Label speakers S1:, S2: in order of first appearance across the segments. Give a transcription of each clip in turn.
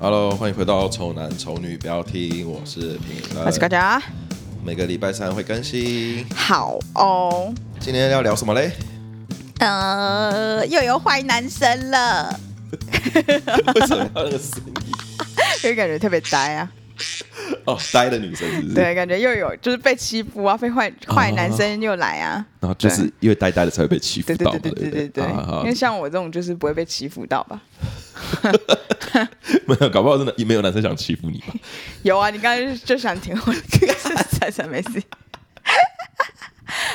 S1: Hello，欢迎回到《丑男丑女》，不要听，我是平
S2: 我是高
S1: 乐，
S2: 佳，
S1: 每个礼拜三会更新。
S2: 好哦，
S1: 今天要聊什么嘞？
S2: 呃，又有坏男生了，
S1: 为什么要那个声音？
S2: 就感觉特别呆啊。
S1: 哦，呆的女生是不是？。
S2: 对，感觉又有就是被欺负啊，被坏坏男生又来啊。
S1: 然后就是因为呆呆的才会被欺负
S2: 对对
S1: 到嘛，
S2: 对对对
S1: 不啊
S2: 对对，
S1: 好好
S2: 因为像我这种就是不会被欺负到吧？
S1: 没有，搞不好真的 没有男生想欺负你吧？
S2: 有啊，你刚刚就想听 我的，算算没事。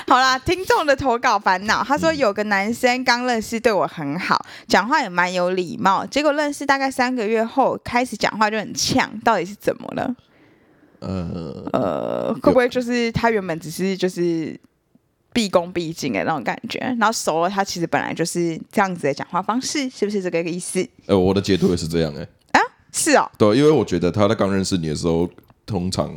S2: 好啦，听众的投稿烦恼，他说有个男生刚认识，对我很好，讲话也蛮有礼貌。结果认识大概三个月后，开始讲话就很呛，到底是怎么了？
S1: 呃，
S2: 呃，会不会就是他原本只是就是毕恭毕敬的那种感觉，然后熟了，他其实本来就是这样子的讲话方式，是不是这个意思？
S1: 呃，我的解读也是这样哎、
S2: 是哦，
S1: 对，因为我觉得他在刚认识你的时候，通常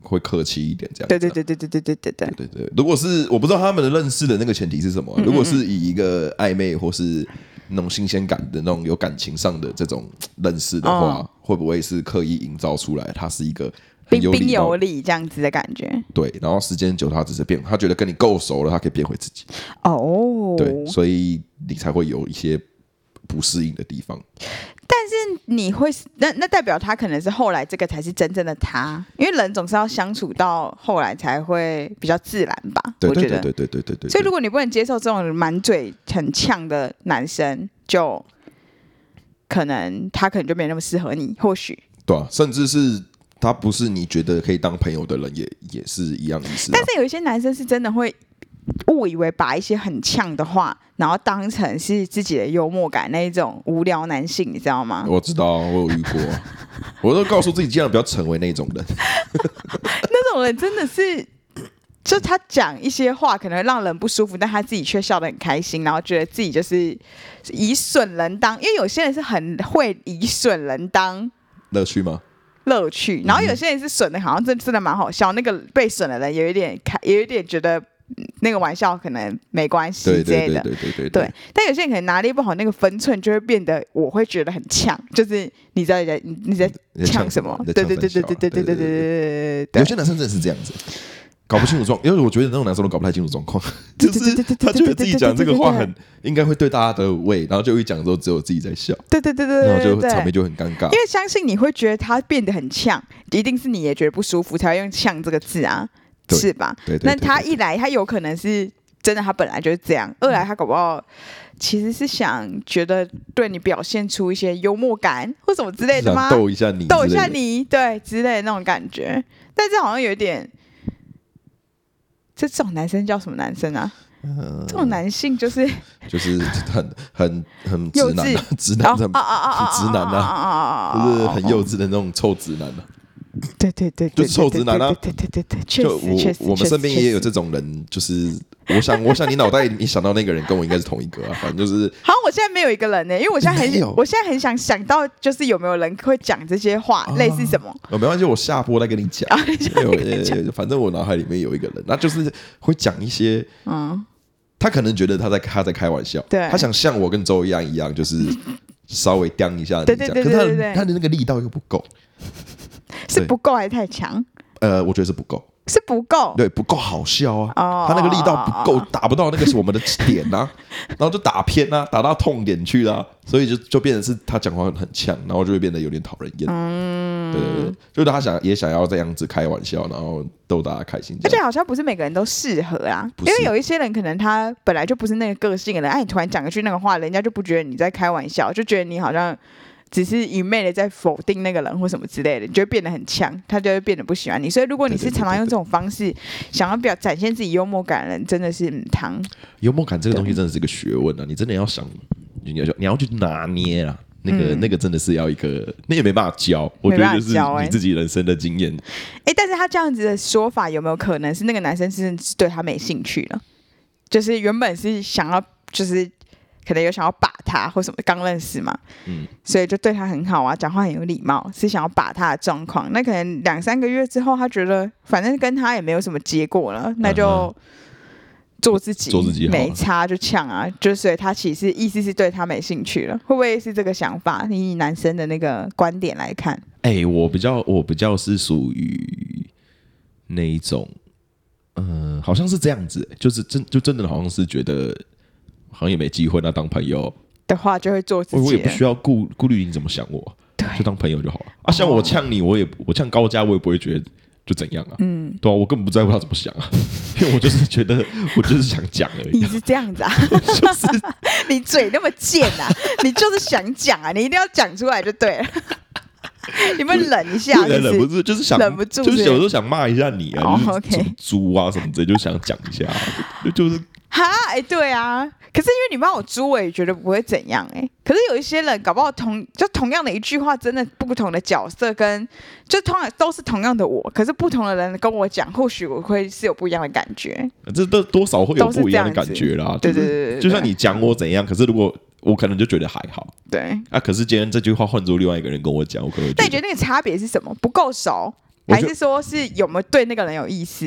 S1: 会客气一点这样。
S2: 对对对对对对对对对，
S1: 对对，如果是我不知道他们的认识的那个前提是什
S2: 嗯
S1: 么啊、如果是以一个暧昧或是那种新鲜感的那种有感情上的这种认识的话，
S2: 哦
S1: 会不会是刻意营造出来他是一个很
S2: 彬
S1: 有
S2: 彬
S1: 礼貌
S2: 有？礼这样子的感觉
S1: 对，然后时间久他只是变，他觉得跟你够熟了，他可以变回自己。
S2: 哦。
S1: 对，所以你才会有一些不适应的地方。
S2: 你会那那代表他可能是后来这个才是真正的他，因为人总是要相处到后来才会比较自然吧？
S1: 对
S2: 我觉
S1: 对
S2: 得。
S1: 对对对对对对。
S2: 所以如
S1: 果
S2: 果你不能接受这种满嘴很呛的男生，就可能他可能就没那么适合你，或许。
S1: 对啊，甚至是他不是你觉得可以当朋友的人也，也是一样意思、啊。
S2: 但是有一些男生是真的会误以为把一些很呛的话，然后当成是自己的幽默感那一种无聊男性，你知道吗？
S1: 我知道，我有遇 过，我都告诉自己尽量不要成为那种人。
S2: 那种人真的是。就他讲一些话可能会让人不舒服，但他自己却笑得很开心，然后觉得自己就是以损人当，因为有些人是很会以损人当
S1: 乐趣吗？
S2: 乐趣。然后有些人是损的，好像真真的蛮好笑。那个被损的人有一点开，也有一点觉得嗯那个玩笑可能没关系
S1: 对
S2: 之
S1: 对
S2: 类
S1: 对
S2: 的。
S1: 对对对
S2: 对，但有些人可能拿捏不好那个分寸，就会变得我会觉得很呛，就是你知道你在你你在
S1: 你在
S2: 呛
S1: 呛
S2: 什么？
S1: 你
S2: 对
S1: 在
S2: 对对
S1: 呛什
S2: 对对
S1: 么
S2: 对对对对对对对
S1: 有些男生真的是这样子，搞不清楚状，因为我觉得那种男生都搞不太清楚状况，就是他觉得自己讲这个话很应该会对大家的胃，然后就一讲之后只有自己在笑，
S2: 对对对
S1: 然后
S2: 对
S1: 就
S2: 对
S1: 场面
S2: 对。
S1: 就很尴尬
S2: 因。为相信你会觉得他变得很呛，一定是你也觉得不舒服才会用“呛”这个字啊，
S1: 对
S2: 是吧？
S1: 对对，
S2: 那
S1: 对
S2: 他
S1: 对
S2: 一来，他有可能是真的，他本来就是这样；二来，他搞不好其实是想觉得对你表现出一些幽默感或什么之类的吗
S1: 想？逗一下你，
S2: 逗一下，你，对之类的那种感觉。但这好像有一点，这这种男生叫什么男生啊？
S1: 嗯
S2: 这种男性就是
S1: 就是很很很
S2: 幼
S1: 直男啊， 直
S2: 哦
S1: 男很
S2: 啊啊啊啊，
S1: 直男啊
S2: 啊
S1: 就是很幼稚的那种臭直男啊。
S2: 对对对，
S1: 就是臭直男啊
S2: 对对对对对，确
S1: 就
S2: 实确
S1: 我
S2: 实，
S1: 我们身边也有这
S2: 这，
S1: 种人，就是我想，我想你脑袋里想到那个人跟我应该是同一个啊，反正就是
S2: 好，我现在没有一个人呢、因为我现在
S1: 没有
S2: 很，我现在很想想到，就是有没有人会讲这些话，类似什么？
S1: 呃没关系，我下播再跟你 讲。
S2: 啊你想
S1: 有 呃反正我脑海里面有一个人，那就是会讲一些，
S2: 嗯，
S1: 他可能觉得他在他在开玩笑，
S2: 对
S1: 他想像我跟周一样一样，就是稍微刁一下你
S2: 对
S1: 这样，
S2: 对
S1: 可
S2: 对
S1: 是他的
S2: 对对对
S1: 他的那个力道又不够，
S2: 是
S1: 对
S2: 不够还是太强？
S1: 呃，我觉得是不够，
S2: 是不够。
S1: 对，不够好笑啊，
S2: 哦
S1: 他那个力道不够，打不到那个是我们的点呐、啊，然后就打偏啊，打到痛点去啦、所以就就变成是他讲话很呛，然后就会变得有点讨人厌。嗯，对对对，就是他想也想要这样子开玩笑，然后逗大家开心这
S2: 而且
S1: 样。
S2: 好像不是每个人都适合啊，
S1: 嗯不
S2: 因
S1: 是
S2: 为有一些人可能他本来就不是那个个性的人，哎、你突然讲一句那个话，人家就不觉得你在开玩笑，就觉得你好像只是一昧的在否定那个人或什么之类的，你就会变得很呛，他就会变得不喜欢你。所以如果你是
S1: 对对对
S2: 常常用
S1: 对
S2: 这种方式想要表展现自己幽默感的人，真的是嗯糖。
S1: 幽默感这个东西真的是个学问啊，你真的要想，你要你要去拿捏啊。那个、那个真的是要一个，那也没办法教，我觉
S2: 嗯没办
S1: 得
S2: 法
S1: 就是
S2: 教欸
S1: 你自己人生的经验。
S2: 哎、但是他这样子的说法有没有可能是那个男生是对他没兴趣了？就是原本是想要，就是可能有想要把他或什么，刚认识嘛，
S1: 嗯
S2: 所以就对他很好啊，讲话很有礼貌，是想要把他的状况。那可能两三个月之后，他觉得反正跟他也没有什么结果了，那就做自己，
S1: 嗯做自己好
S2: 没
S1: 了
S2: 差就呛啊，就所以他其实意思是对他没兴趣了，会不会是这个想法？你以男生的那个观点来看，
S1: 哎、我比较我比较是属于那一种，嗯、好像是这样子、就是真就真的好像是觉得好像也没机会，那当朋友，
S2: 的话就会做自
S1: 我我
S2: 己
S1: 也
S2: 了
S1: 不需要顾顾虑你怎么想我，
S2: 对哦
S1: 就当朋友就好了啊。像我呛你，我也我呛高家，我也不会觉得就怎样啊，嗯，对啊，我根本不在乎他怎么想啊， 因为我就是觉得我就是想讲而已
S2: 你，是这样 子啊？
S1: 就是
S2: 你嘴那么贱 啊？你就是想讲啊？你一定要讲出来就对了。你们忍一下，
S1: 不能
S2: 就
S1: 忍
S2: 是啊
S1: 不住，就是想
S2: 忍不住
S1: 就是是
S2: 不是
S1: 有时候想骂一下你啊，
S2: 哦
S1: 就是
S2: OK
S1: 什么猪啊什么之类，就想讲一下，啊就就是
S2: 哈，哎、对啊，可是因为你骂我猪，我也觉得不会怎样哎、可是有一些人搞不好同就同样的一句话，真的不同的角色跟就通常都是同样的我，可是不同的人跟我讲，或许我会是有不一样的感觉。
S1: 这都多少会有
S2: 都是
S1: 不一样的
S2: 这
S1: 感
S2: 样子
S1: 觉啦。
S2: 对
S1: 就是
S2: 对对对
S1: 嗯
S2: 对
S1: 就像你讲我怎样，可是如果我可能就觉得还好
S2: 对，
S1: 啊，可是今天这句话换作另外一个人跟我讲，我可能会觉
S2: 那你觉
S1: 得
S2: 得那个差别是什么？不够熟，
S1: 我
S2: 还
S1: 觉得
S2: 是说是有没有对那个人有意思？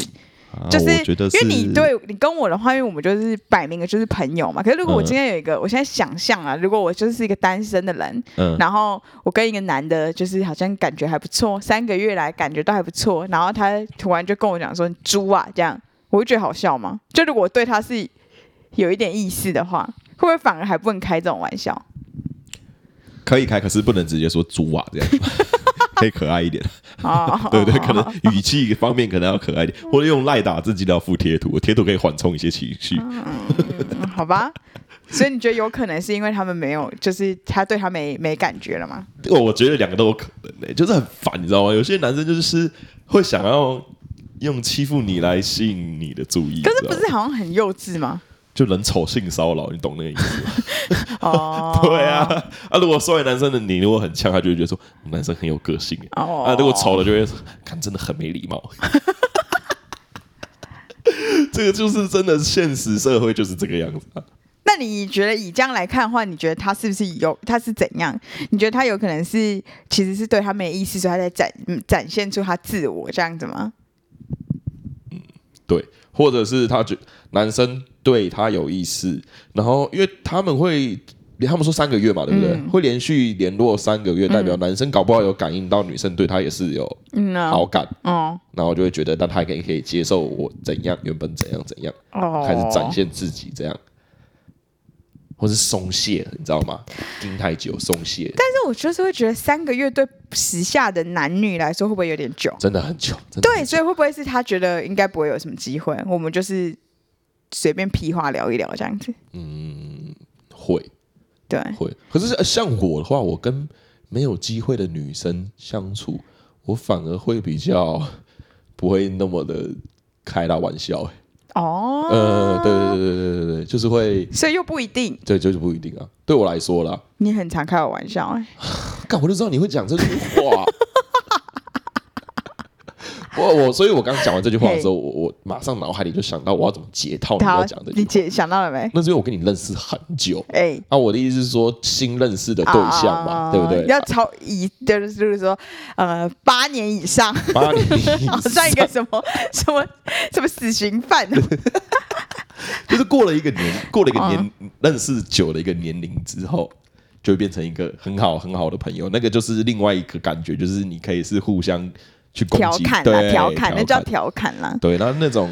S1: 啊
S2: 就是
S1: 我觉得
S2: 因为你对你跟我的话，因为我们就是摆明了就是朋友嘛。可是如果我
S1: 嗯
S2: 今天有一个，我现在想象啊，如果我就是一个单身的人，
S1: 嗯
S2: 然后我跟一个男的，就是好像感觉还不错，三个月来感觉都还不错，然后他突然就跟我讲说“你猪啊”这样，我会觉得好笑吗？就如果我对他是有一点意思的话，会不会反而还不能开这种玩笑？
S1: 可以开，可是不能直接说猪啊 这样。可以可爱一点，，
S2: 哦
S1: 对对，可能语气方面可能要可爱一点，或者用赖打字记得要附贴图，贴图可以缓冲一些情绪。
S2: 嗯好吧。所以你觉得有可能是因为他们没有，就是他对他没没感觉了吗？
S1: 我哦我觉得两个都有可能呢、就是很烦，你知道吗？有些男生就是会想要用欺负你来吸引你的注意，
S2: 可是
S1: 你
S2: 不
S1: 知道吗
S2: 是好像很幼稚吗？
S1: 就人丑性骚扰，你懂那个意思吗？，
S2: 哦
S1: 对啊，啊，如果身为男生的你，如果很呛，他就会觉得说男生很有个性、
S2: 哦
S1: 啊，如果丑了就会说，看真的很没礼貌。 这个就是真的，现实社会就是这个样子、啊。
S2: 那你觉得以这样来看的话，你觉得他是不是有他是怎样？你觉得他有可能是其实是对他没意思，所以他在展嗯展现出他自我这样子吗？
S1: 对，或者是他觉男生对他有意思，然后因为他们会。他们说三个月嘛，对不对？
S2: 嗯
S1: 会连续联络三个月，代表男生搞不好有感应到女生对他也是有
S2: 嗯啊，
S1: 好感，
S2: 哦
S1: 然后就会觉得，那他可以可以接受我怎样，原本怎样怎样，
S2: 哦，
S1: 开始展现自己这样，或是松懈，你知道吗？盯太久松懈，
S2: 但是我就是会觉得三个月对时下的男女来说会不会有点久？
S1: 真的很久，真的
S2: 对，
S1: 很久
S2: 所以会不会是他觉得应该不会有什么机会？我们就是随便屁话聊一聊这样子，
S1: 会
S2: 对，
S1: 会。可是呃像我的话，我跟没有机会的女生相处，我反而会比较不会那么的开她玩笑、欸。
S2: 哦，
S1: 呃，对对对对对对对，就是会，
S2: 所以又不一定，
S1: 对，就是不一定啊。对我来说啦，
S2: 你很常开我玩笑、哎
S1: 干，我就知道你会讲这句话。 我我，所以我刚讲完这句话的时候，我我马上脑海里就想到我要怎么解套你
S2: 好
S1: 要讲这，句
S2: 你
S1: 话。
S2: 姐想到了没？
S1: 那是因为我跟你认识很久
S2: 哎、
S1: 啊，我的意思是说新认识的对象嘛，
S2: 啊
S1: 对不对？
S2: 要超以就是就是说，呃，八年以上，
S1: 八 年 以
S2: 好
S1: 上
S2: 像一个什么 什么什么死刑犯，
S1: 就是过了一个
S2: 啊
S1: 年，过了一个年，认识久的一个年龄之后，就会变成一个很好很好的朋友。那个就是另外一个感觉，就是你可以是互相去 攻
S2: 调
S1: 击，
S2: 侃啦，
S1: 对，
S2: 调侃，那叫调侃啦。
S1: 对，然后那种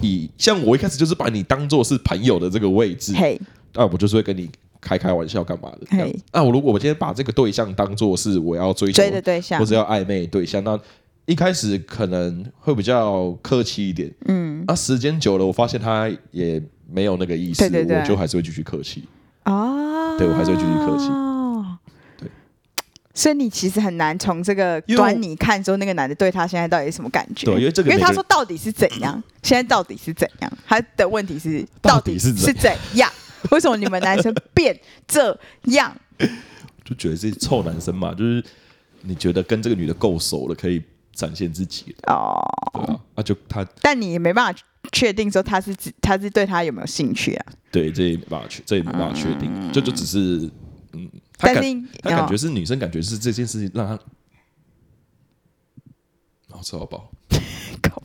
S1: 以像我一开始就是把你当做是朋友的这个位置，
S2: 嘿，
S1: 那我就是会跟你开开玩笑干嘛的这样
S2: 嘿。
S1: 那我如果我今天把这个对象当做是我要追求
S2: 追的对象
S1: 或，者要暧昧的对象，那一开始可能会比较客气一点，嗯，那时间久了，我发现他也没有那个意思，
S2: 对对对
S1: 我就还是会继续客气。
S2: 哦，
S1: 对我还是会继续客气
S2: 哦
S1: 对。
S2: 所以你其实很难从这个
S1: 因为我
S2: 端倪看说那个男的对他现在到底是什么感觉，
S1: 对因为这个
S2: 因为
S1: 每
S2: 他
S1: 个
S2: 说到底是怎 样，现在到底是怎样，他的问题是
S1: 到
S2: 底
S1: 底
S2: 是
S1: 是怎
S2: 怎样，为什么你们男生变这样？
S1: 就觉得是臭男生嘛，就是你觉得跟这个女的够熟了，可以展现自己了，
S2: 哦，
S1: 对啊，啊就他
S2: 但你也没办法确定说他是指他是对他有没有兴趣啊？
S1: 对这也没办法确，这也没
S2: 嗯
S1: 办法确定，这就只是嗯，他
S2: 但哦
S1: 感
S2: 是
S1: 他感觉是女生感觉是这件事情让他，好吃好饱。
S2: 靠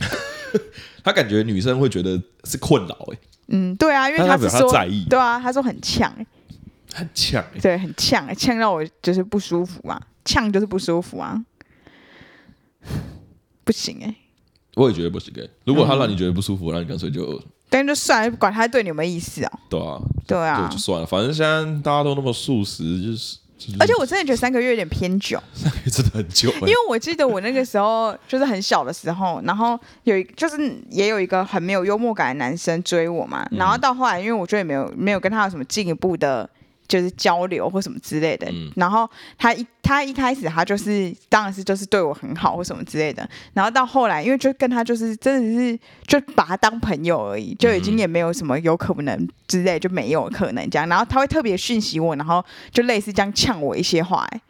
S1: 他感觉女生会觉得是困扰，哎，
S2: 嗯，对啊，因为
S1: 但他
S2: 是
S1: 表示
S2: 说
S1: 他在意
S2: 对啊，他说很呛、
S1: 很呛，哎，
S2: 对，很呛，呛让我就是不舒服嘛，呛就是不舒服啊，不行哎、
S1: 我也觉得不行，哎，如果他
S2: 嗯
S1: 让你觉得不舒服，那你干脆就
S2: 但就算了，不管他对你有没有意思哦。
S1: 对啊，
S2: 对啊
S1: 就就，算了，反正现在大家都那么素食，就是。就是
S2: 而且我真的觉得三个月有点偏久，
S1: 真的很久、欸，
S2: 因为我记得我那个时候就是很小的时候，然后有一就是也有一个很没有幽默感的男生追我嘛，然后到后来因为我觉得也没有没有跟他有什么进一步的。就是交流或什么之类的，
S1: 嗯
S2: 然后他一他一开始他就是当然是就是对我很好或什么之类的，然后到后来因为就跟他就是真的是就把他当朋友而已，就已经也没有什么有可能之类就没有可能这样，然后他会特别讯息我，然后就类似这样呛我一些话、欸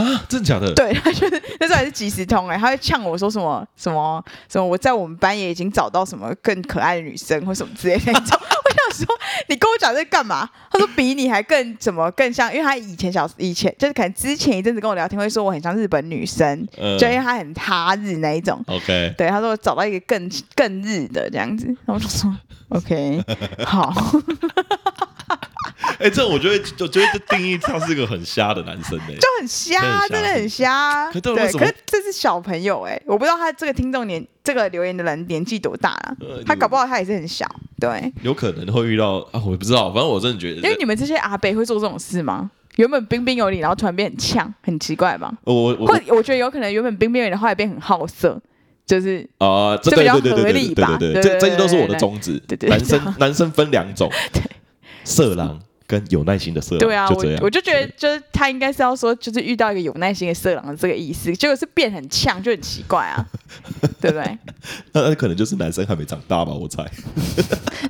S1: 啊，真的假的？
S2: 对他就是 那时候还是即时通哎、欸，他会呛我说什么什么什么，我在我们班也已经找到什么更可爱的女生或什么之类的那种。 我想说，你跟我讲这干嘛？他说比你还更怎么更像，因为他以前小以前就是可能之前一阵子跟我聊天会说我很像日本女生，
S1: 嗯
S2: 就因为他很哈日那一种。
S1: ，OK，
S2: 对，他说我找到一个更更日的这样子，然后我就说 OK 好，就
S1: 哎、这我觉得，我觉得这定义他是一个很瞎的男生哎、
S2: 很瞎啊，
S1: 真
S2: 真
S1: 的
S2: 的
S1: 很
S2: 很瞎啊。
S1: 可是到底
S2: 对，
S1: 为什
S2: 可
S1: 么
S2: 是这是小朋友哎、我不知道他这个听众年这个留言的人年纪多大了、
S1: 呃
S2: 他搞不好他也是很小，对，
S1: 有可能会遇到啊，我也不知道，反正我真的觉
S2: 因为
S1: 得，
S2: 你们这些阿北会做这种事吗？原本彬彬有礼，然后突然变很呛，很奇怪吧？
S1: 我我我
S2: 或者我觉得有可能原本彬彬有礼，然后后来变很好色，就是
S1: 啊，这
S2: 这
S1: 对
S2: 比较
S1: 对对
S2: 合
S1: 对对
S2: 理
S1: 对
S2: 吧
S1: 对
S2: 对
S1: 这
S2: 对
S1: 这些都是我
S2: 对
S1: 的
S2: 对
S1: 宗旨。
S2: 对对
S1: 男生男生分两 种，色狼跟有耐心的色狼，
S2: 对啊，
S1: 就这
S2: 我我
S1: 样。
S2: 就觉得就是他应该是要说，就是遇到一个有耐心的色狼的这个意思，结果是变很呛，就很奇怪 啊，对不对？
S1: 那那可能就是男生还没长大吧，我猜。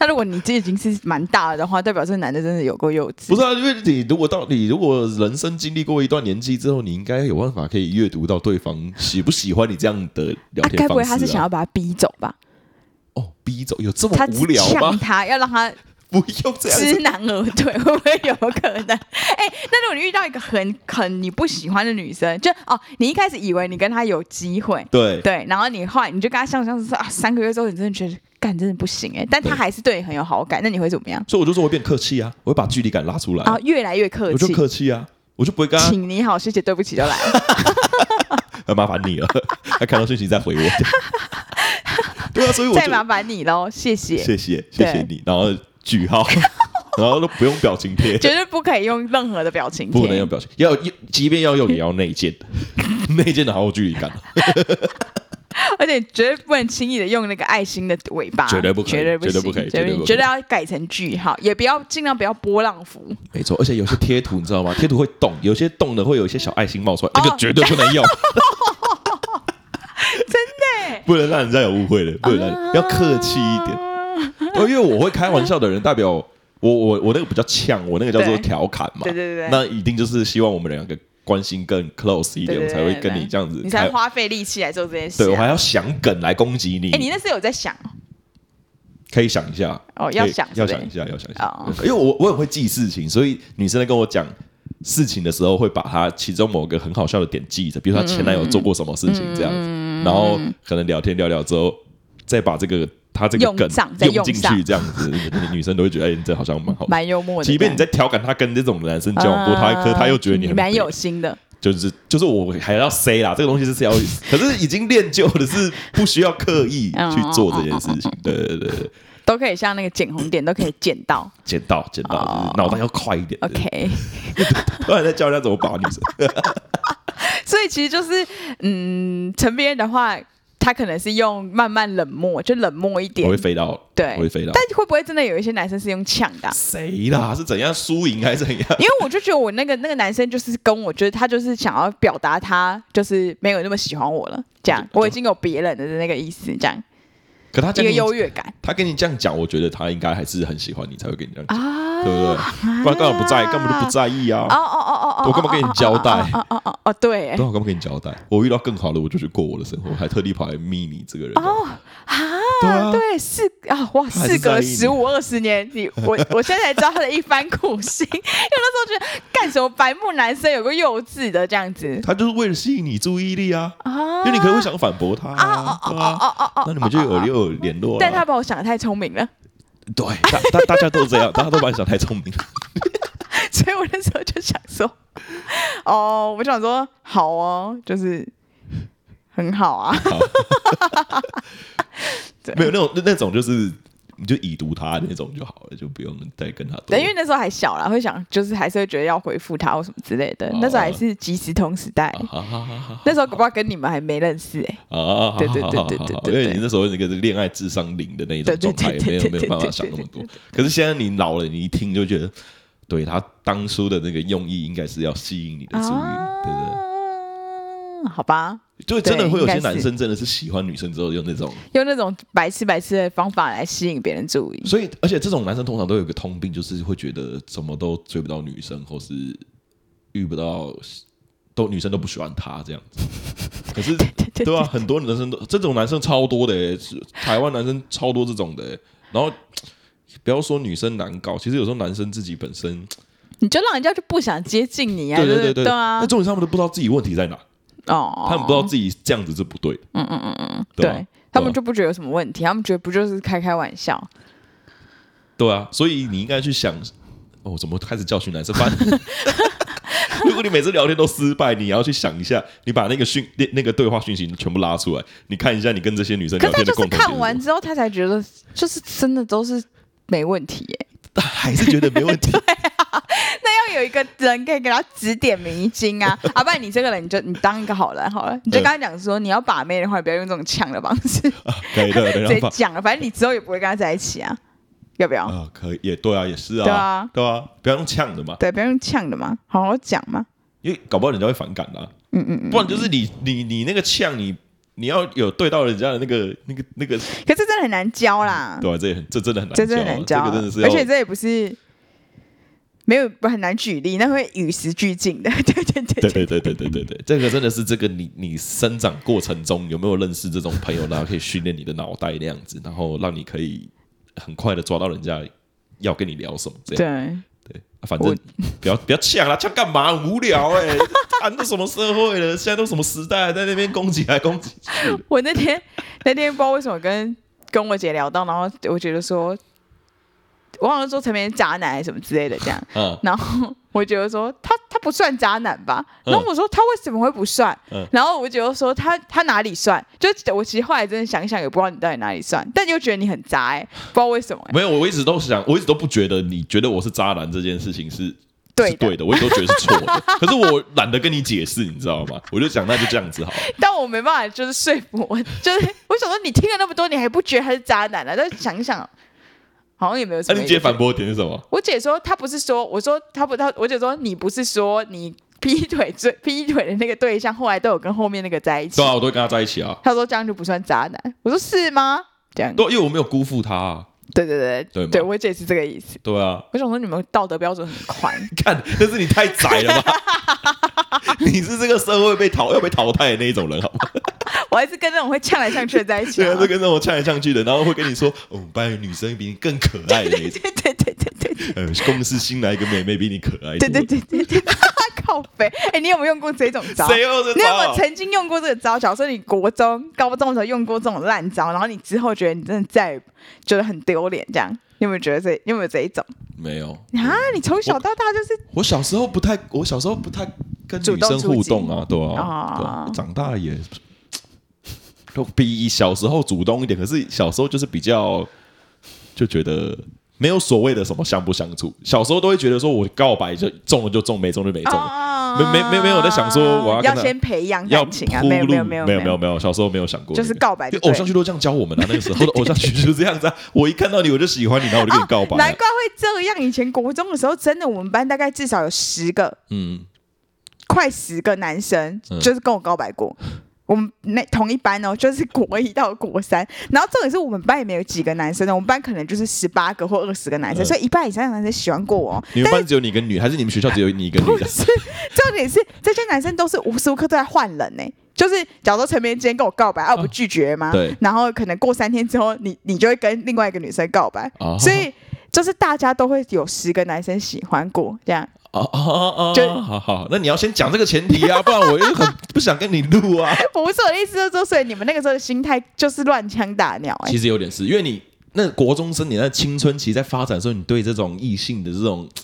S2: 那如果你这已经是蛮大了的话，代表这男的真的有够幼稚。
S1: 不是啊，因为你如果到你如果人生经历过一段年纪之后，你应该有办法可以阅读到对方喜不喜欢你这样的聊
S2: 啊，
S1: 天
S2: 该不
S1: 方
S2: 会
S1: 式、啊。
S2: 他是想要把他逼走吧？
S1: 哦逼走，有这么
S2: 他
S1: 无聊
S2: 呛
S1: 吗？
S2: 他，要让他
S1: 不用这样子
S2: 知难而退，会不会有可能？哎、那如果你遇到一个很很你不喜欢的女生，就哦，你一开始以为你跟她有机会，
S1: 对
S2: 对，然后你后来你就跟她相处相处说啊，三个月之后你真的觉得干真的不行哎、但她
S1: 对
S2: 还是对你很有好感，那你会怎么样？
S1: 所以我就说我变客气啊，我会把距离感拉出来
S2: 啊，越来越客
S1: 呃我就
S2: 气，
S1: 客气啊，我就不会跟他
S2: 请你好，谢谢，对不起就 来了。
S1: 呃麻烦你了， 他看到讯息再 回我。对啊，所以我
S2: 再
S1: 就
S2: 麻烦你喽，谢谢。
S1: 谢谢谢谢你，然后句 号，然后都不用表情贴，
S2: 绝对不可以用任何的表情贴，
S1: 不能用表情，要即便要用也要内建，内建的好有距离感，
S2: 而且绝对不能轻易的用那个爱心的尾巴，
S1: 绝对不可以
S2: 绝对
S1: 绝对
S2: 行
S1: 不可以
S2: 绝
S1: 绝对
S2: 对
S1: 不可以
S2: 绝对要改成句号，也不要尽量不要波浪符，
S1: 没错。而且有些贴图你知道 吗？贴图会动，有些动的会有一些小爱心冒出来，
S2: 哦
S1: 那个绝对不能用，
S2: 真的欸。啊
S1: 不能让人家有误会的，不能让人要客气一点。
S2: 点，
S1: 对，因为我会开玩笑的人，代表我我我那个比较呛，我那个叫做调侃嘛。
S2: 对对对对
S1: 那一定就是希望我们两个关心更 close 一
S2: 对
S1: 点，
S2: 对
S1: 我才会
S2: 对
S1: 跟
S2: 对
S1: 你这样子开。
S2: 你才花费力气来做这件事啊。
S1: 对我还要想梗来攻击你。
S2: 哎，你那时候有在想哦
S1: 可以想一下
S2: 哦
S1: 可以
S2: 要想
S1: 要
S2: 是不是
S1: 想一下，要想一下。
S2: 哦
S1: 因为我我很会记事情，所以女生在跟我讲。事情的时候会把她其中某个很好笑的点记着，比如她前男友做过什么事情这样
S2: 嗯
S1: 子，然后可能聊天聊聊之后，再把这个她这个
S2: 用
S1: 梗
S2: 上再
S1: 用
S2: 用
S1: 进去
S2: 上
S1: 这样子，女生都会觉得哎，你这好像蛮好笑的
S2: 蛮幽默的，嗯
S1: 即便你在调侃他跟这种男生交往过，他可是他又觉得你很
S2: 蛮有，心的，
S1: 就是就是我还要 say 啦，这个东西是要，可是已经练就的是不需要刻意
S2: 嗯
S1: 去做这件事情，对对对对，
S2: 都可以像那个捡红点都可以捡 到。
S1: 捡到捡到，就是脑袋要快一点。
S2: 哦 OK，
S1: 突然在教人家怎么把女 生，
S2: 所以其实就是嗯，陈别人的话，他可能是用慢慢冷漠，就冷漠一点
S1: 我会，飞到，
S2: 对，
S1: 我会飞到
S2: 但会不会真的有一些男生是用呛的啊、
S1: 谁啦？是怎样输赢还是 怎样？
S2: 因为我就觉得我那个那个男生就是跟我，就是他就是想要表达他就是没有那么喜欢我了，这样
S1: 对
S2: 我已经有别人的那个意思，这样
S1: 可他
S2: 一
S1: 这
S2: 个
S1: 样
S2: 优越感
S1: 他跟你这样讲，我觉得他应该还是很喜欢你才会跟你这样讲。
S2: 啊。
S1: 对不对？不然干嘛不在？根本就不在意啊！
S2: 哦哦哦哦哦，
S1: 我干嘛跟你交代？
S2: 哦哦哦哦，对
S1: 对，，我干啊嘛跟你交代？我遇到更好的，我就去过我的生活，我还特地跑来密你这个人。
S2: 哦
S1: 对
S2: 啊，
S1: 啊
S2: 对，四啊，哇，
S1: 他还
S2: 四
S1: 是
S2: 隔
S1: 在意你
S2: 十五二十年，你我我现在才知道他的一番苦心，因为那时候觉得干什么白目男生有个幼稚的这样子
S1: 他就是为了吸引你注意力啊，
S2: 啊
S1: 因为你可能会想反驳他啊，对啊，
S2: 哦哦哦，
S1: 那你们就有又有联络啊。
S2: 但他把我想的太聪明了，
S1: 对，大大大家都这样，大家都把你想太聪明了。
S2: 所以我那时候就想说，哦，我想说好哦，就是很好啊，对
S1: 没有那种那那种就是你就已读他那种就好了，就不用再跟他多
S2: 对，因为那时候还小啦，会想就是还是会觉得要回复他或什么之类的，
S1: 哦
S2: 那时候还是即时通时代。
S1: 啊哈哈哈哈
S2: 那时候搞不好跟你们还没认识哎、
S1: 啊，
S2: 对对对
S1: 好好好
S2: 对
S1: 好
S2: 对
S1: 好
S2: 对
S1: 因为
S2: 对
S1: 你那时候那个恋爱智商零的那一种
S2: 对对
S1: 状态，
S2: 对对
S1: 没有
S2: 对
S1: 没有
S2: 对
S1: 办法
S2: 对
S1: 想那么
S2: 对
S1: 多。可是现在你老了，你一听就觉得，对他当初的那个用意应该是要吸引你的注意，对不对？
S2: 啊，好吧，
S1: 就真的
S2: 对
S1: 会有
S2: 应该
S1: 些
S2: 是
S1: 男生真的是喜欢女生之后用那种，
S2: 用那种白痴白痴的方法来吸引别人注意。
S1: 所以而且这种男生通常都有个通病，就是会觉得怎么都追不到女生，或是遇不到，都女生都不喜欢他这样 子。可是
S2: 对对
S1: 对啊，很多男生都这种男生超多的欸、是台湾男生超多这种的欸、然后不要说女生难搞，其实有时候男生自己本身，
S2: 你就让人家就不想接近你啊，
S1: 对
S2: 就是
S1: 对对，
S2: 对啊
S1: 那，重点是他们都不知道自己问题在哪，
S2: 哦，
S1: 他们不知道自己这样子是不对的，嗯嗯嗯嗯，
S2: 对,、
S1: 对啊
S2: 他们就不觉得有什么问题，他们觉得不就是开开玩笑，
S1: 对啊，所以你应该去想，哦，怎么开始教训男生？反正 如果你每次聊天都失败，你也要去想一下，你把那个讯那那个对话讯息全部拉出来，你看一下你跟这些女生
S2: 可
S1: 聊
S2: 是他
S1: 天的
S2: 就是
S1: 共同点是
S2: 看
S1: 什
S2: 完
S1: 么，
S2: 之后，他才觉得就是真的都是没问题耶、
S1: 还是觉得没问 题。
S2: 那要有一个人可以给他指点迷津啊， 阿、啊、不然你这个人你就你当一个好人好了，你
S1: 嗯
S2: 就跟他讲说，你要把妹的话，不要用这种呛的方式，
S1: 啊可以的，
S2: 直
S1: 然
S2: 接
S1: 后把
S2: 讲了，反正你之后也不会跟他在一起啊，要不要？
S1: 啊，可以，也对啊，也是啊，
S2: 对啊，
S1: 不要用呛的嘛，
S2: 对，不要用呛的嘛，好好讲嘛。
S1: 因为搞不好人家会反感啦、
S2: 嗯嗯嗯。
S1: 不然就是你你你那个呛你。你要有对到人家的那个、那个、那个，
S2: 可是真的很难教啦，
S1: 对吧、这也很，这真的很难教
S2: 这
S1: 啊，
S2: 真的很难教，
S1: 这个真的是要，
S2: 而且这也不是没有不很难举例，那会与时俱进的。 对对对
S1: 对对对对对对对，这个真的是这个你你生长过程中有没有认识这种朋友，然后可以训练你的脑袋那样子，然后让你可以很快的抓到人家要跟你聊什么这样。
S2: 对，
S1: 对，啊反正不要不要呛啦，呛干嘛？很无聊哎、欸， 谈都什么社会了，现在都什么时代了，在那边攻击来攻击去。
S2: 我那天那天不知道为什么跟跟我姐聊到，然后我觉得说，我好像说陈明是渣男还是什么之类的这样，
S1: 嗯，
S2: 然后我觉得说他他不算渣男吧，
S1: 嗯
S2: 然后我说他为什么会不算？
S1: 嗯
S2: 然后我觉得说他他哪里算？就我其实后来真的想一想，也不知道你到底哪里算，但又觉得你很渣、欸，不知道为什么、欸。
S1: 没有，我一直都想，我一直都不觉得你觉得我是渣男这件事情是。
S2: 对
S1: 是
S2: 的
S1: 对的，我一直都觉得是错的，可是我懒得跟你解释，你知道吗？我就想那就这样子好了。
S2: 但我没办法，就是说服我，就是我想说你听了那么多，你还不觉得他是渣男啊？但是想一想，好像也没有什
S1: 那、
S2: 么。
S1: 哎啊你姐反？驳的点是什么？
S2: 我姐说她不是说，我说她不，她我姐说你不是说你劈腿最劈腿的那个对象，后来都有跟后面那个在一起
S1: 对。啊，我都会跟他在一起啊。
S2: 她说这样就不算渣男。我说是吗？这样
S1: 对，啊因为我没有辜负他、啊。
S2: 对对
S1: 对
S2: 对
S1: 嘛
S2: 对，我姐是这个意思。
S1: 对啊，
S2: 我想说你们道德标准很宽，
S1: 看，但是你太窄了吧？ 你是这个社会被淘要被淘汰的那一种人，好吗？
S2: 我还是跟那种会呛来呛去的在一起
S1: 对啊，。
S2: 啊
S1: 就跟那种呛来呛去的，然后会跟你说，我们班的女生比你更可爱的那一种，
S2: 对对对对对
S1: 呃，公司新来一个妹妹比你可爱多了，
S2: 对对对对对，靠背。哎，你有没有用过这种招？
S1: 谁又是
S2: 你有没有
S1: 他？
S2: 曾经用过这个招？假如说你国中、高中的时候用过这种烂招，然后你之后觉得你真的再也觉得很丢脸，这样你有没有觉得这？你有没有这一种
S1: 没有，
S2: 啊？你从小到大就是
S1: 我小时候不太，我小时候不太跟
S2: 主
S1: 女
S2: 动
S1: 生
S2: 出
S1: 互
S2: 击
S1: 动啊，对啊
S2: 啊，
S1: 对啊长大了也都比小时候主动一点，可是小时候就是比较就觉得。没有所谓的什么相不相处，小时候都会觉得说，我告白就中了就中，没中就没中，
S2: 啊
S1: 没没没没有在想说我要跟
S2: 要
S1: 他
S2: 先培养
S1: 要
S2: 感情啊？
S1: 铺路
S2: 没有没有没
S1: 没有
S2: 有
S1: 没有没有，小时候没有想过这
S2: 就
S1: 个，
S2: 是告白就
S1: 因为
S2: 对
S1: 偶像剧都这样教我们啊，那个 时候的偶像剧就是这样子啊，我一看到你我就喜欢你，然后我就跟你告白啊了，
S2: 哦，难怪会这样。以前国中的时候，真的我们班大概至少有十个，
S1: 嗯，
S2: 快十个男生
S1: 嗯
S2: 就是跟我告白过。我们那同一班哦，就是国一到国三，然后重点是我们班也没有几个男生哦的，我们班可能就是十八个或二十个男生，
S1: 嗯
S2: 所以一半以上的男生喜欢过我哦。
S1: 你们班只有你一个女，还是你们学校只有你一个女
S2: 不
S1: 的？
S2: 是，重点是这些男生都是无时无刻都在换人呢、就是假如说陈明今天跟我告白，啊，我不拒绝吗？
S1: 嗯对
S2: 然后可能过三天之后，你你就会跟另外一个女生告白，
S1: 哦
S2: 所以就是大家都会有十个男生喜欢过这样。
S1: 哦哦哦哦，
S2: 就
S1: 好好，那你要先讲这个前提啊，不 然我又很不想跟你录 啊。
S2: 我不是我的意思，就是说，所以你们那个时候的心态就是乱枪打鸟、哎
S1: 其实有点是，因为你那国中生，你那青春期在发展的时候，你对这种异性的这种嘖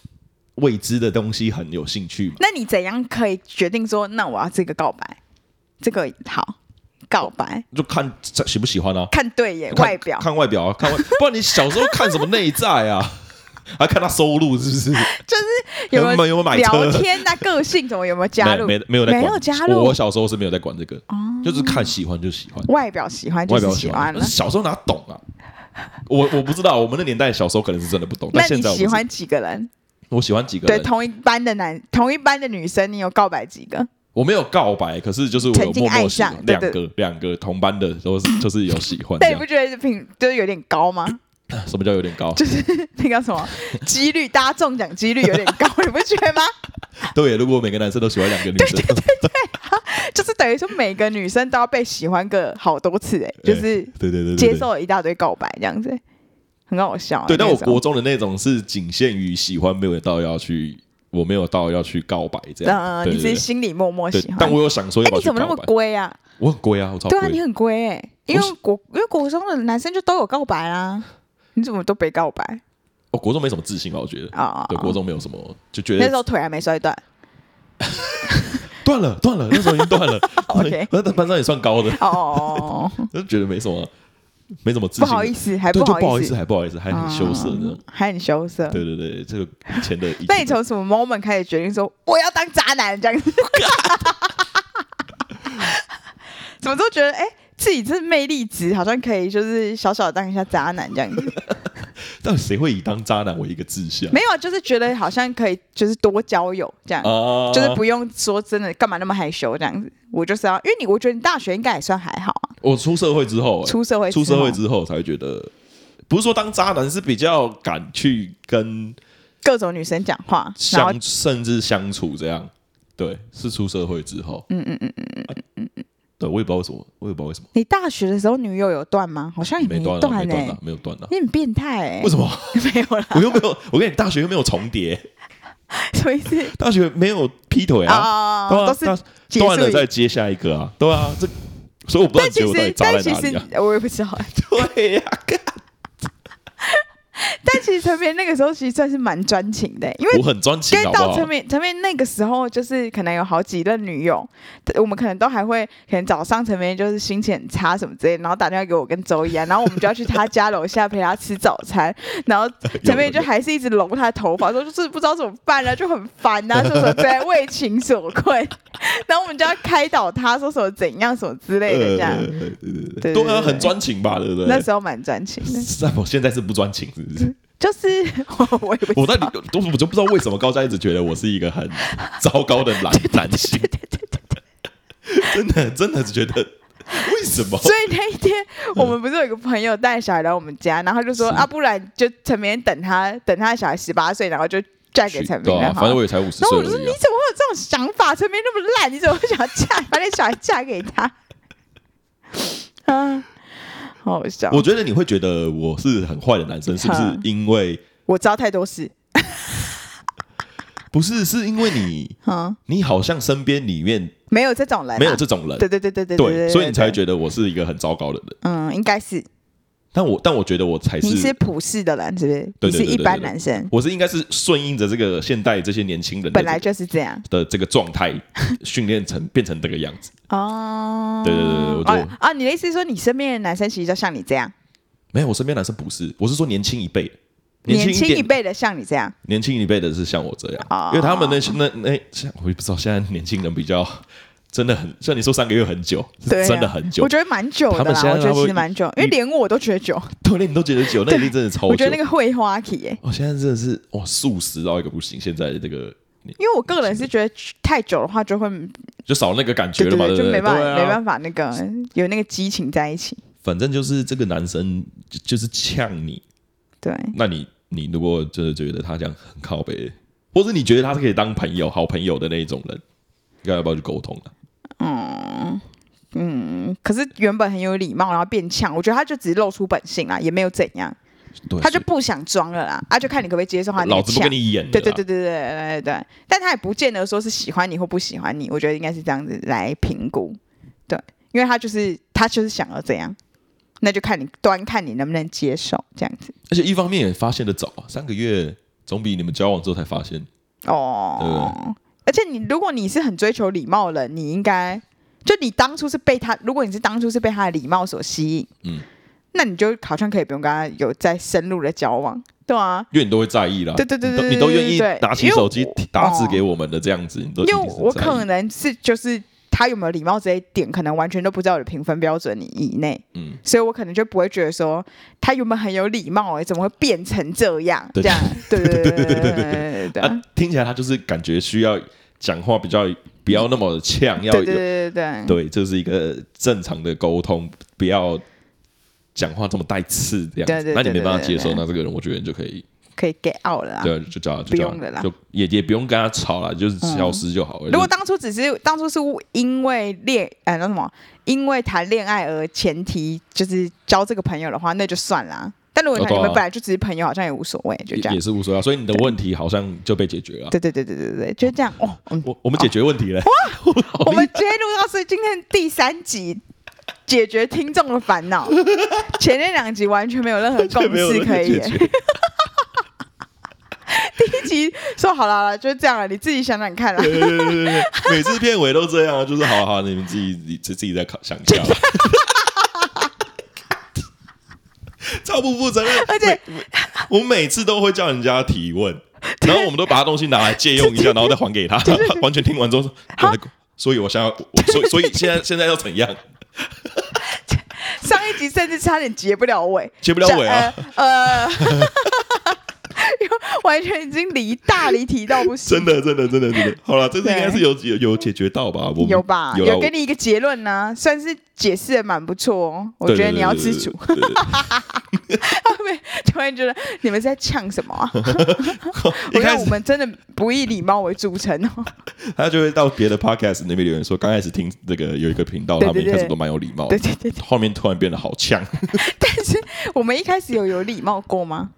S1: 未知的东西很有兴趣嘛。
S2: 那你怎样可以决定说，那我要这个告白，这个好告白，
S1: 就看喜不喜欢啊，
S2: 看对眼
S1: 看
S2: 外表，
S1: 看外表啊， 看外，不然你小时候看什么内在啊？还看他收入是不是？
S2: 就是 有
S1: 有没
S2: 没
S1: 有有没有买
S2: 聊
S1: 车
S2: 天啊，个性怎么有没有加 入？
S1: 没没没有在管，
S2: 没有加入哦
S1: 我小时候是没有在管这个，就是看喜欢就喜欢，
S2: 外表喜欢就
S1: 外
S2: 是
S1: 表
S2: 喜
S1: 欢
S2: 欢。了。
S1: 小时候哪懂啊？我我不知道，我们那年代小时候可能是真的不懂，
S2: 那
S1: 但现
S2: 你
S1: 在我
S2: 喜
S1: 不知
S2: 欢几个人？
S1: 我喜欢几个
S2: 对，
S1: 人，
S2: 同一班的男，同一班的女生，你有告白几个？
S1: 我没有告白，可是就是我有
S2: 曾经
S1: 默默
S2: 爱
S1: 喜
S2: 上
S1: 欢
S2: 对
S1: 两
S2: 对
S1: 个两个同班的都是就是有喜欢这
S2: 但你不
S1: 样，
S2: 觉得平就是有点高吗？
S1: 什么叫有点高？
S2: 就是 那个 什么几率，大家中奖几率有点高，你不觉得吗？
S1: 对，如果每个男生都喜欢两个女生，
S2: 就是等于说每个女生都要被喜欢个好多次、哎，就
S1: 对
S2: 是
S1: 对对对对，
S2: 接
S1: 对
S2: 受了一大堆告白这样子，欸很好笑、啊
S1: 对，
S2: 那
S1: 但我
S2: 时候
S1: 国中的那种是仅限于喜欢，没有到要去，我没有到要去告白这样。
S2: 嗯，
S1: 对
S2: 你
S1: 对
S2: 只是
S1: 对
S2: 心里默默
S1: 对
S2: 喜欢。
S1: 但我有想说
S2: 哎
S1: 要，不要
S2: 你
S1: 去
S2: 怎么那
S1: 告
S2: 么
S1: 白。
S2: 龟啊？
S1: 我很龟啊，我超
S2: 对啊，你
S1: 龟。
S2: 很龟哎、因
S1: 我
S2: 为
S1: 是
S2: 国因为国中的男生就都有告 白啊，你怎么都被告白
S1: 我国中没什么自信吧，我觉得。
S2: 啊？
S1: 对，国中没有什么，就觉
S2: 那时
S1: 得
S2: 候腿还没摔断。
S1: 断了，断了，那时候已经断 了。
S2: OK
S1: 那班上也算高的，
S2: 哦，
S1: 就觉得没什么，没 什么自信。
S2: 不好意思，还
S1: 对，就不
S2: 好
S1: 好意思，，嗯还不好意思，还很羞涩
S2: 嗯
S1: 这样。
S2: 还很羞涩。
S1: 对对对，这个以前的。
S2: 那你从什么 moment 开始决定说我要当渣 男这样子？怎么都觉得哎、自己这魅力值好像可以，就是小小当一下渣男 这样子。
S1: 到底谁会以当渣男为一个志向？
S2: 没有，啊，就是觉得好像可以，就是多交友这样。
S1: 啊，
S2: 就是不用说真的，干嘛那么害羞这样子？我就是啊要，因为你我觉得你大学应该也算还好啊，
S1: 我出社会之后，哎
S2: 出社会
S1: 出社会
S2: 后啊
S1: 之后才觉得，不是说当渣男，是比较敢去跟
S2: 各种女生讲话，然后
S1: 相甚至相处这样。对，是出社会之后。嗯嗯嗯嗯嗯嗯。对，我也不知道为什么，我也不知道为什么
S2: 你大学的时候女友有断吗？好像也
S1: 没嗯断
S2: 断
S1: 了，欸没
S2: 呢、
S1: 断啊了，没有断了。
S2: 你很变态哎、
S1: 为什么？
S2: 没有啦，
S1: 我又没有，我跟你大学又没有重叠，
S2: 什么意思？
S1: 大学没有劈腿啊，
S2: 啊、
S1: 对啊
S2: 都是
S1: 大
S2: 结
S1: 断了
S2: 束
S1: 再
S2: 于。
S1: 接下一个啊，对啊，这，所以我不知道
S2: 但
S1: 你觉
S2: 其
S1: 得我到底
S2: 实，
S1: 渣
S2: 但
S1: 在
S2: 其
S1: 哪里
S2: 实
S1: 啊？
S2: 我也不知道。
S1: 对呀，干
S2: 但其实陈明那个时候其实算是蛮专情的、因为
S1: 我很专情，
S2: 因
S1: 好
S2: 为
S1: 不
S2: 到
S1: 好
S2: 陈？明陈明那个时候，就是可能有好几任女友，我们可能都还会，可能早上陈明就是心情很差什么之类，然后打电话给我跟周一啊，然后我们就要去他家楼下陪他吃早餐， 然后陈明就还是一直揉他的头发，说就是不知道怎么办啊，就很烦啊，说什么之类， 为情所困， 然后我们就要开导他说什么怎样什么之类的这样，
S1: 呃对对对
S2: 对
S1: 对对啊，
S2: 对
S1: 很专情吧，对不对？
S2: 那时候蛮专情的，
S1: 那我现在是不专情，是不是？
S2: 就是 我我也不
S1: 我
S2: 知
S1: 到
S2: 道
S1: 底我我就不知道为什么高嘉一直觉得我是一个很糟糕的男男性，真的真的觉得为什么？
S2: 所以那一天，我们不是有一个朋友带小孩来我们家，然后他就
S1: 嗯
S2: 说
S1: 是
S2: 啊，不然就陈明等他等他的小孩十八岁，然后就嫁给陈明
S1: 对啊，
S2: 了。
S1: 反正我也才五十
S2: 然后
S1: 岁
S2: 我就说
S1: 而
S2: 你
S1: 已啊。
S2: 怎么会有这种想法？陈明那么烂，你怎么会想要嫁把你小孩嫁给他？ 啊，好好笑！
S1: 我
S2: 我
S1: 觉得你会觉得我是很坏的男生，是不是
S2: 嗯？
S1: 因为
S2: 知道太多事，
S1: 不是，是因为你
S2: 嗯，
S1: 你好像身边里面
S2: 没有这种人啊，
S1: 没有这种人，
S2: 对对对对对
S1: 对，所以你才会
S2: 得，
S1: 觉得我是一个很糟糕的人。
S2: 嗯，应该是
S1: 但我但我觉得我才
S2: 你是普世的人，是不是？
S1: 对对对
S2: 你是
S1: 对
S2: 一
S1: 对
S2: 般
S1: 对
S2: 男生，
S1: 我是应该是顺应着这个现代这些年轻人的
S2: 本来就是这样。
S1: 的这个状态训练成变成这个样子。
S2: 哦，
S1: 对对对对我觉得
S2: 哦啊，你的意思是说，你身边的男生其实就像你这样，
S1: 没有，我身边男生不是，我是说年轻一辈，
S2: 年
S1: 轻
S2: 轻
S1: 一
S2: 一
S1: 点，
S2: 辈的像你这样，
S1: 年轻一辈的是像我这样，
S2: 哦
S1: 因为他们那些那那，像我也不知道现在年轻人比较真的很，像你说三个月很久，是
S2: 对啊
S1: 真的很久
S2: 我，觉得蛮久的
S1: 他们
S2: 啦，
S1: 现在
S2: 我觉得
S1: 他们哦
S2: 其实蛮久，因为连我都觉得久，
S1: 对，你都觉得久，那一定真的超
S2: 我
S1: 久哦
S2: 觉得那。个会花期耶，
S1: 我现在真的是哇，素食到一个不行，现在这个你
S2: 因为我个人是觉得太久的话就会，
S1: 就少那个感觉
S2: 对
S1: 了嘛，
S2: 对，
S1: 不
S2: 就
S1: 对？
S2: 没办法
S1: 对啊
S2: 没办法那个有那个激情在一起，
S1: 反正就是这个男生就就是呛你，
S2: 对，
S1: 那你你如果真的觉得他这样很靠北，或者你觉得他是可以当朋友、好朋友的那一种人，该要不要去沟通啊了、
S2: 嗯。嗯，可是原本很有礼貌，然后变呛，我觉得他就只是露出本性啦，也没有怎样，
S1: 对，
S2: 他就不想装了啦，啊，就看你可不可以接受他那个
S1: 老子不
S2: 呛
S1: 跟你演了啦啊
S2: 对对对对对对对对，但他也不见得说是喜欢你或不喜欢你，我觉得应该是这样子来评估，对，因为他就是他就是想要这样，那就看你端看你能不能接受这样子
S1: 而且一方面也发现的早啊，三个月总比你们交往之后才发现。
S2: 哦。而且你如果你是很追求礼貌的人，你应该就你当初是被他，如果你是当初是被他的礼貌所吸引，
S1: 嗯
S2: 嗯，那你就好像可以不用跟他有再深入的交往，对啊，
S1: 因为你都会在意啦，
S2: 对对对
S1: 你都
S2: 对
S1: 你都愿
S2: 对
S1: 意
S2: 对对
S1: 拿起
S2: 因为
S1: 手机
S2: 我
S1: 打字
S2: 哦
S1: 给我们的这样子，你都一
S2: 因为
S1: 定是
S2: 我
S1: 在意
S2: 可能是就是他有没有礼貌这一点，可能完全都不在我的评分标准以内，
S1: 嗯
S2: 所以我可能就不会觉得说他原本很有礼貌、欸，怎么会变成这样？
S1: 对
S2: 这样，对对对对对对对对对
S1: 啊，听起来他就是感觉需要讲话比较不要那么呛，要
S2: 对对
S1: 有
S2: 对对对，
S1: 对，这是一个正常的沟通，不要讲话这么带刺这样
S2: 对
S1: 子
S2: 对。
S1: 那你没
S2: 对
S1: 办法
S2: 对
S1: 接
S2: 对
S1: 受，
S2: 对
S1: 那这个人我觉得你就可以，
S2: 可以 get out 了啦。
S1: 对啊，就叫他，就叫
S2: 不用了
S1: 他，
S2: 啦嗯
S1: 就也也不用跟他吵了，就是消失就好了。
S2: 如
S1: 就
S2: 果当初只是当初是因为恋呃那什么，因为谈恋爱而前提就是交这个朋友的话，那就算啦。但如果你
S1: 哦对啊
S2: 们本来就只是朋友，好像也无所谓，就这
S1: 也
S2: 样
S1: 也。是无所谓啊，所以你的问题好像就被解决了啊。
S2: 对对对对对对，就是这样哦。嗯
S1: 我我们解决问题了，
S2: 我们直接录到是今天第三集，解决听众的 烦恼。前面两集完全没有任何共
S1: 这没有
S2: 识
S1: 人
S2: 可以
S1: 解
S2: 耶。
S1: 决。
S2: 第一集说好了好了，就这样了，你自己想想看啦。
S1: 对对对对对，每次片尾都这样啊，就是好好，你们自己自己自己再考想一下吧。 超不负责任，
S2: 而且
S1: 我每次都会叫人家提问，然后我们都把他东西拿来借用一下，然后再还给他。完全听完之后说，
S2: 啊
S1: 我的所以我想要，我所以所以现在现在要怎样？
S2: 上一集甚至差点结不了尾，
S1: 结不了尾啊
S2: 这！呃， 呃因为完全已经离大离题到不
S1: 真。
S2: 行
S1: 的真的真的真的，好了，这次应该是有有有解决到吧？我们
S2: 有吧？
S1: 有
S2: 有
S1: 啦
S2: 给你一个结论呢、算是解释的蛮不错哦。我
S1: 对
S2: 觉得你要
S1: 对对
S2: 知
S1: 对
S2: 足。
S1: 对对对
S2: 突然觉得你们是在呛什么啊？
S1: 一
S2: 我
S1: 开
S2: 让我
S1: 始
S2: 们真的不以礼貌为著称哦。
S1: 他就会到别的 podcast 那边留言说，刚开始听这个有一个频道，
S2: 对
S1: 他们一
S2: 对对
S1: 开始都蛮有礼貌的
S2: 对，对对，对
S1: 后面突然变得好呛。
S2: 但是我们一开始有有礼貌过吗？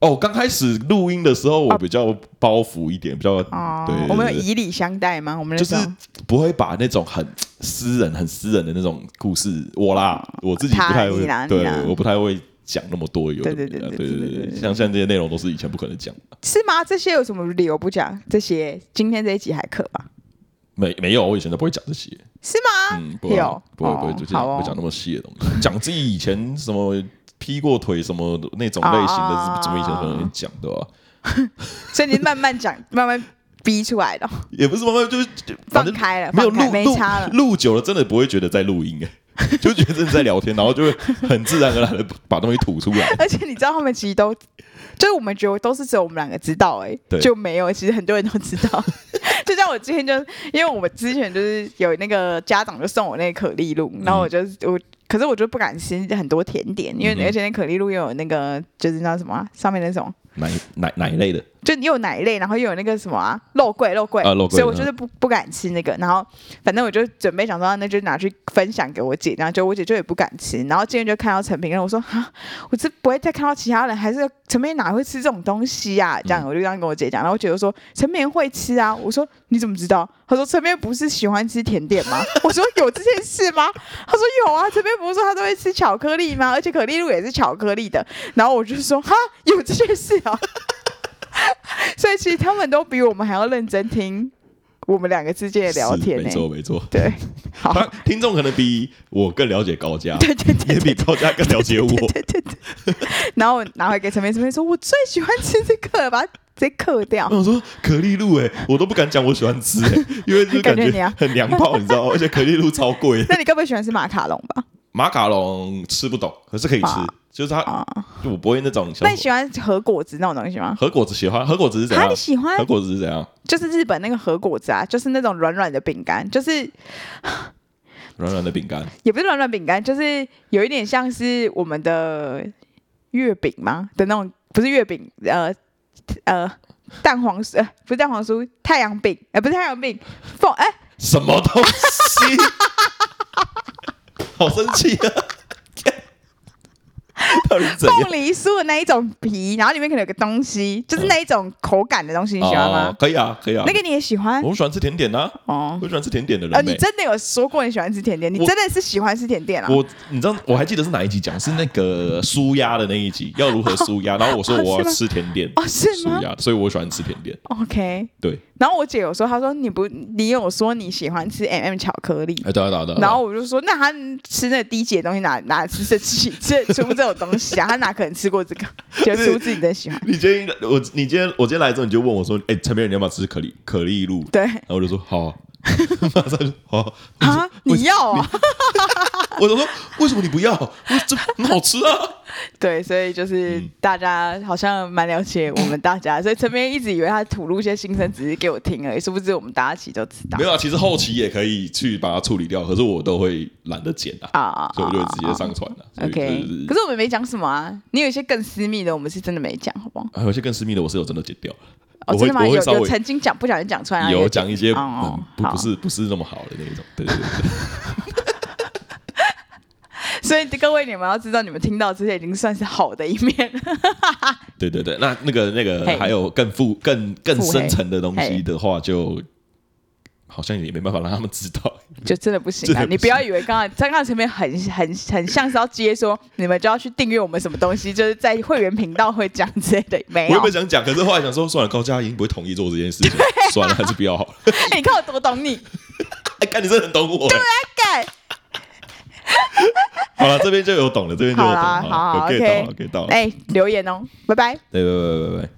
S1: 哦，刚开始录音的时候，我比较包袱一点，比较
S2: 哦
S1: 对，对，
S2: 我们
S1: 对
S2: 有以礼相待吗？我们
S1: 就
S2: 那时
S1: 是
S2: 候
S1: 不会把那种很私人、很私人的那种故事，我啦，
S2: 哦
S1: 我自己不太
S2: 他你
S1: 会，
S2: 啦你
S1: 对
S2: 啦，
S1: 我不太会讲那么多有的
S2: 对
S1: 没的
S2: 对
S1: 对
S2: 对对对对
S1: 对，
S2: 对
S1: 像像这些内容都是以前不可能讲的，
S2: 是吗？这些有什么理由不讲？这些今天这一集还可吧？
S1: 没没有，我以前都不会讲这些，
S2: 是吗？
S1: 嗯，不会
S2: 有
S1: 不会
S2: 哦
S1: 不会，就
S2: 好
S1: 讲
S2: 哦
S1: 不讲那么细的东西，讲自己以前什么劈过腿什么那种类型的
S2: 哦，
S1: 怎么以前可能讲啊对吧？
S2: 所以你慢慢讲，慢慢逼出来的哦，
S1: 也不是慢慢就是反
S2: 放
S1: 正
S2: 开了，
S1: 没有
S2: 放开
S1: 录
S2: 没
S1: 录
S2: 差了。
S1: 录久了，真的不会觉得在录音哎、 就觉得真的在聊天，然后就会很自然而然的把东西吐出来。
S2: 而且你知道，他们其实都就是我们觉得都是只有我们两个知道、欸，
S1: 对
S2: 就没有，其实很多人都知道。 就像我之前就，因为我们之前就是有那个家长就送我那个可丽露，然后我就、我，可是我就不敢吃很多甜点，因为、
S1: 嗯哼
S2: 而且那可丽露又有那个就是那什么啊、上面那种，
S1: 哪一哪哪一类的？
S2: 就又有奶类，然后又有那个什么啊肉桂肉桂，
S1: 啊肉桂
S2: 所以我就是不不敢吃那个。然后反正我就准备想说，那就拿去分享给我姐，然后就我姐就也不敢吃。然后今天就看到陈评论，我说哈，我这不会再看到其他人，还是陈评哪会吃这种东西
S1: 嗯
S2: 呀、这样我就这样跟我姐讲，然后我姐就说陈评会吃啊。我说你怎么知道？她说陈评不是喜欢吃甜点吗？ 我说有这件事吗？她说有啊，陈评不是说她都会吃巧克力吗？而且可丽露也是巧克力的。然后我就说哈，有这件事啊。 所以其实他们都比我们还要认真听我们两个之间的聊天
S1: 是
S2: 呢、
S1: 没错没错。
S2: 对，好，
S1: 他听众可能比我更了解高家，
S2: 对对对
S1: 也比高家更了解我。
S2: 然后我拿回给陈明，陈明说：“我最喜欢吃这个了，把它直接刻掉。
S1: 我想说可丽露哎，我都不敢讲我喜欢 吃哎、因为就是感
S2: 感觉啊
S1: 觉很娘
S2: 娘 ，
S1: 炮，你知道吗？而且可丽露超贵
S2: 那你该不会喜欢吃马卡龙吧？
S1: 马卡龙吃不懂，可是可以吃，
S2: 啊
S1: 就是它，
S2: 啊。
S1: 就我不会那种小
S2: 那你喜欢和果子那种东西吗？
S1: 和果子喜欢，和果子是怎
S2: 啊，
S1: 样
S2: 你？喜欢
S1: 和果子是怎样？
S2: 就是日本那个和果子啊，就是那种软软的饼干，就是
S1: 软软的饼干，
S2: 也不是软软饼干，就是有一点像是我们的月饼吗的那种，不是月饼，呃呃，蛋黄酥，呃，不是蛋黄酥，太阳饼，呃，不是太阳饼，凤，哎、
S1: 什么东西？ 好生气 啊！ 到底是怎样？
S2: 凤梨酥的那一种皮，然后里面可能有个东西，就是那一种口感的东西，你喜欢
S1: 哦
S2: 吗？？
S1: 可以啊，可以啊。
S2: 那个你也喜欢
S1: 我很喜欢吃甜点呐、啊，
S2: 哦
S1: 我。很喜欢吃甜点的人、
S2: 呃，
S1: 欸。
S2: 你真的有说过你喜欢吃甜点，你
S1: 我
S2: 真的是喜欢吃甜点啊？
S1: 我你知道我还记得是哪一集讲，是那个舒压的那一集，要如何舒压。然后我说
S2: 哦
S1: 我
S2: 是
S1: 要
S2: 吗
S1: 吃甜点，
S2: 哦，是
S1: 舒
S2: 吗
S1: 压，所以我喜欢吃甜点。
S2: ？OK。
S1: 对，
S2: 然后我姐有说，她说你不，你有说你喜欢吃 M、m 巧克力，
S1: 哎，对啊，对啊，对啊。
S2: 然后我就说，那他吃那个低级的东西哪哪吃得起这出这种东西啊？他哪可能吃过 这个？就出自己的喜欢。
S1: 你今天我你今天我今天来之后，你就问我说，哎，陈明仁，你要不要吃可丽可丽露？
S2: 对
S1: 然后我就说好啊、 马上就好啊、
S2: 啊，你要啊？
S1: 我就说为什么你不要？我这很好吃 啊！
S2: 对，所以就是
S1: 嗯
S2: 大家好像蛮了解我们大家，所以陈明一直以为他吐露一些心声，只是给我听而已，殊不知我们大家其实都知道
S1: 没。有啊，其实后期也可以去把它处理掉，可是我都会懒得剪啊，
S2: 啊啊啊
S1: 所以我就会直接上传了、所以就
S2: OK，
S1: 是
S2: 可是我们没讲什么啊，你有一些更私密的，我们是真的没讲，好不好？
S1: 啊还有一些更私密的，我是有真的剪掉，我
S2: 哦，真
S1: 会
S2: 的吗？
S1: 我
S2: 有
S1: 会稍
S2: 有
S1: 微
S2: 曾经讲不小心讲出来，然后
S1: 有
S2: 也
S1: 讲一些、
S2: 哦哦
S1: 嗯、不
S2: 好
S1: 不是不是那么好的那一种，对对对对，
S2: 所以各位你们要知道，你们听到这些已经算是好的一面了。
S1: 对对对，那那个那
S2: 嘿
S1: 个还有更复更更
S2: 腹黑
S1: 深层的东
S2: 嘿
S1: 西的话就，好像也没办法让他们知道。
S2: 就真的不行啊！
S1: 真的不行
S2: 你不要以为刚刚刚刚前面很很很像是要接说你们就要去订阅我们什么东西，就是在会员频道会讲之类的，没
S1: 我原
S2: 有啊
S1: 本。想讲，可是后来想说，算了，高嘉莹不会同意做这件事情，算了，还是不要好了。
S2: 你看我多懂你，
S1: 哎，看你真的很懂我。
S2: 啊
S1: 对
S2: 干
S1: 好了，这边就有懂了，这边就有
S2: 好
S1: 懂
S2: 啦，
S1: 了，
S2: 好好
S1: 有 get 到
S2: ，OK，
S1: 了，get 到了。
S2: 哎哎，留言哦，拜拜。
S1: 对对对对对。